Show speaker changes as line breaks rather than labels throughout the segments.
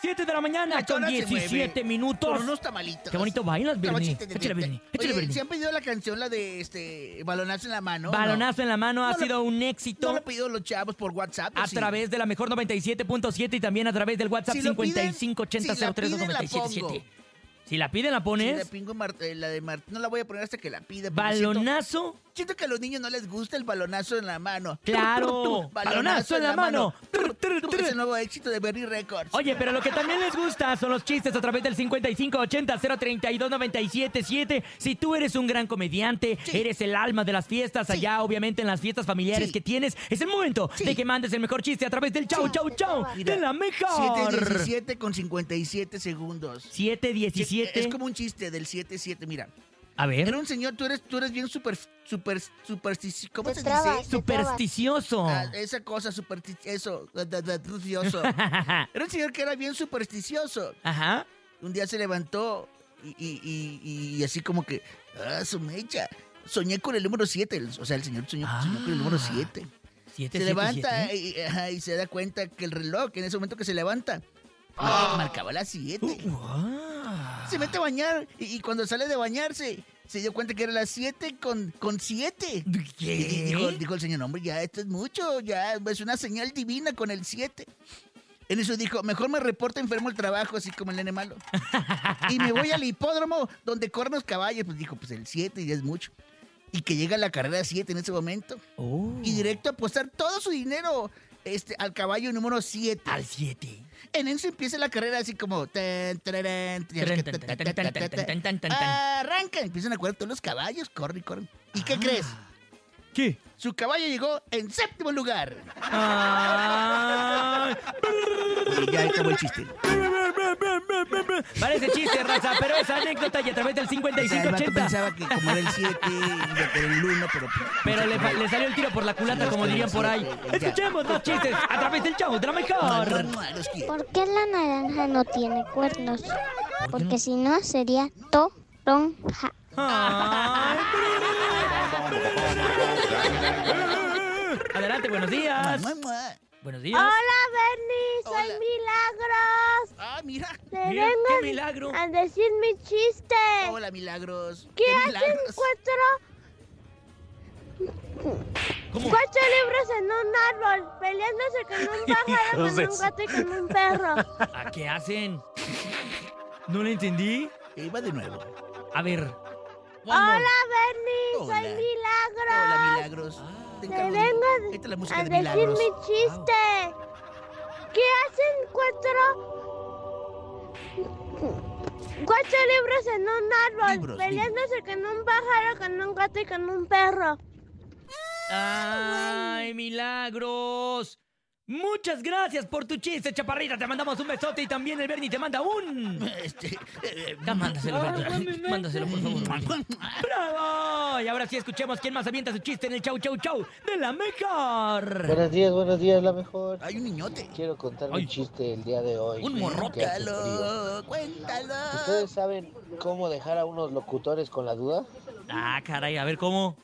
7 de la mañana
La
con
chona se
17
mueve
Ah, minutos.
Por unos tamalitos.
Qué bonito bailas, Bernie.
Tamalitos de
Échale,
neta.
Bernie. Échale,
Oye,
Bernie.
¿Se han pedido la canción, la de este balonazo en la mano? o no?
Balonazo en la mano ha
No lo-
sido un
No
éxito
lo han pedido los chavos por WhatsApp. ¿o
a
sí?
través de la mejor 97.7 y también a través del WhatsApp
Si lo piden,
5580
si la piden, la pongo.
Si la piden, la
Sí,
pones.
la pingo en Mar- eh, la de Martín. No la voy a poner hasta que la pida. porque siento-
Balonazo.
Siento que a los niños no les gusta el balonazo en la mano.
Claro. Balonazo en la mano. Tru, tru, tru.
Es el nuevo éxito de Bernie Records.
Oye, pero lo que también les gusta son los chistes a través del 5580-032-977. Si tú eres un gran comediante,
Sí.
eres el alma de las fiestas,
Sí.
allá obviamente en las fiestas familiares
Sí.
que tienes, es el momento
Sí.
de que mandes el mejor chiste a través del chau, chau, chau
Mira,
de la
7,
mejor.
17 con 57 segundos.
717.
Es como un chiste del 7-7, mira.
A
Era
ver.
un señor, tú eres, tú eres bien super, super, superstici- ¿Cómo
Te
se
trabas.
dice?
Supersticioso.
Ah, esa cosa, supersti- eso, da- da- da- rucioso. Era un señor que era bien supersticioso.
Ajá.
Un día se levantó y, y- y- y así como que, ah, su mecha. Soñé con el número 7, o sea, el señor soñó,
Ah. ¿Este
soñó con el número 7.
Siete,
Se
siete,
levanta eh,
siete.
y, ajá, y se da cuenta que el reloj, en ese momento que se levanta, marcaba las 7.
Uh, wow.
Se mete a bañar y, y cuando sale de bañarse, se dio cuenta que era las 7 con, con 7.
¿Qué?
Y di- dijo, dijo el señor, hombre, ya esto es mucho, ya es una señal divina con el 7. En eso dijo, mejor me reporta enfermo el trabajo, así como el nene malo. y me voy al hipódromo donde corren los caballos. Pues dijo, pues el 7 ya es mucho. Y que llega la carrera 7 en ese momento.
Oh.
Y directo a apostar todo su dinero este, al caballo número 7.
Al 7.
En eso empieza la carrera así como... tan, tararán, y-
Tarán, tan, tan, tan, tan, tan, tan, tan, tan.
Ah. Arranca, empiezan a correr todos los caballos, corren, y corren. ¿Y
Ah.
qué crees?
¿Qué?
Su caballo llegó en séptimo lugar.
Ay.
ya acabó el chiste.
Parece chiste, raza, pero es anécdota y a través del
O sea, el vato
5580.
pensaba que como era el 7 iba a tener el 1, pero... pues,
Pero le, fa- le salió el tiro por la culata,
Sí,
como
sí,
dirían por
sí,
ahí.
sí, ya.
Escuchemos los chistes a través del show de la
No, no,
mejor.
no, a los quiero.
¿Por qué la naranja no tiene cuernos? Porque si no sería toronja.
Ay. Adelante, buenos días.
Mua, mua.
Buenos días.
Bernie, soy
Hola.
Milagros.
Ah, mira.
Te
Mira,
vengo
qué milagro.
a decir mi chiste.
Hola, milagros.
¿Qué hacen
milagros?
cuatro,
¿Cómo?
cuatro libros en un árbol, peleándose con un pájaro,
Hijos de
con un
su-
gato y con un perro?
¿A qué hacen? No le entendí.
Eh, va de nuevo.
A ver.
Hola, Bernie,
Hola.
soy Milagros.
Hola, milagros. Te
Te
encargo de-
vengo a-
Esta es la
a
música de
decir
milagros.
mi chiste. ¿Qué hacen cuatro? Cuatro libros en un árbol,
Libros,
peleándose con un pájaro, con un gato y con un perro.
¡Ay, milagros! Muchas gracias por tu chiste, chaparrita. Te mandamos un besote y también el Bernie te manda un.
Este, eh,
Ya, mándaselo, Bernie. Mándaselo, por favor.
mua,
Bernie.
mua, mua.
¡Bravo! Y ahora sí escuchemos quién más avienta su chiste en el chau chau chau de la mejor.
Buenos días, buenos días, la mejor.
Hay un niñote.
Quiero contar
Ay.
un chiste el día de hoy.
Un oh. morro.
que hace frío.
Cuéntalo, cuéntalo.
¿Ustedes saben cómo dejar a unos locutores con la duda?
Ah, caray, a ver cómo.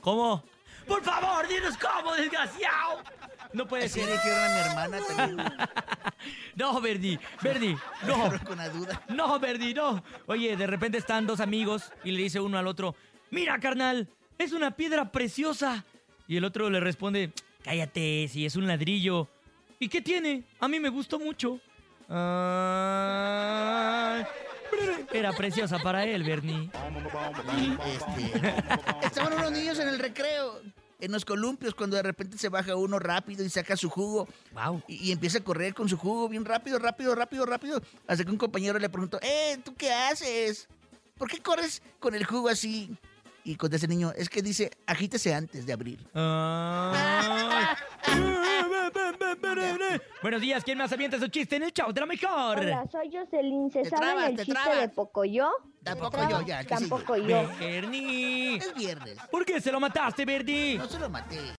¿Cómo? Por favor, dinos cómo, desgraciado. No puede
Así le
ser.
dijeron a mi hermana también.
No, Bernie, Bernie, no.
Pero con la duda.
No, Verdi, no. Oye, de repente están dos amigos y le dice uno al otro, mira, carnal, es una piedra preciosa. Y el otro le responde, cállate, si es un ladrillo. ¿Y qué tiene? A mí me gustó mucho. Ay, era preciosa para él, Bernie.
Este, estaban unos niños en el recreo, en los columpios, cuando de repente se baja uno rápido y saca su jugo
Wow.
y, y empieza a correr con su jugo bien rápido, rápido, rápido, rápido. Hasta que un compañero le preguntó, eh, ¿tú qué haces? ¿Por qué corres con el jugo así? Y contesta el niño, es que dice, agítese antes de abrir.
Buenos días, ¿quién más avienta su chiste en el chao de la mejor?
Hola, soy Jocelyn. ¿Se
Te
saben
trabas,
el
te
chiste
trabas.
de Pocoyo?
Tampoco
Trabas,
yo, ya, que sí.
Tampoco yo.
Bernie.
Es viernes,
¿Por qué se lo mataste, Verdi?
no se lo maté.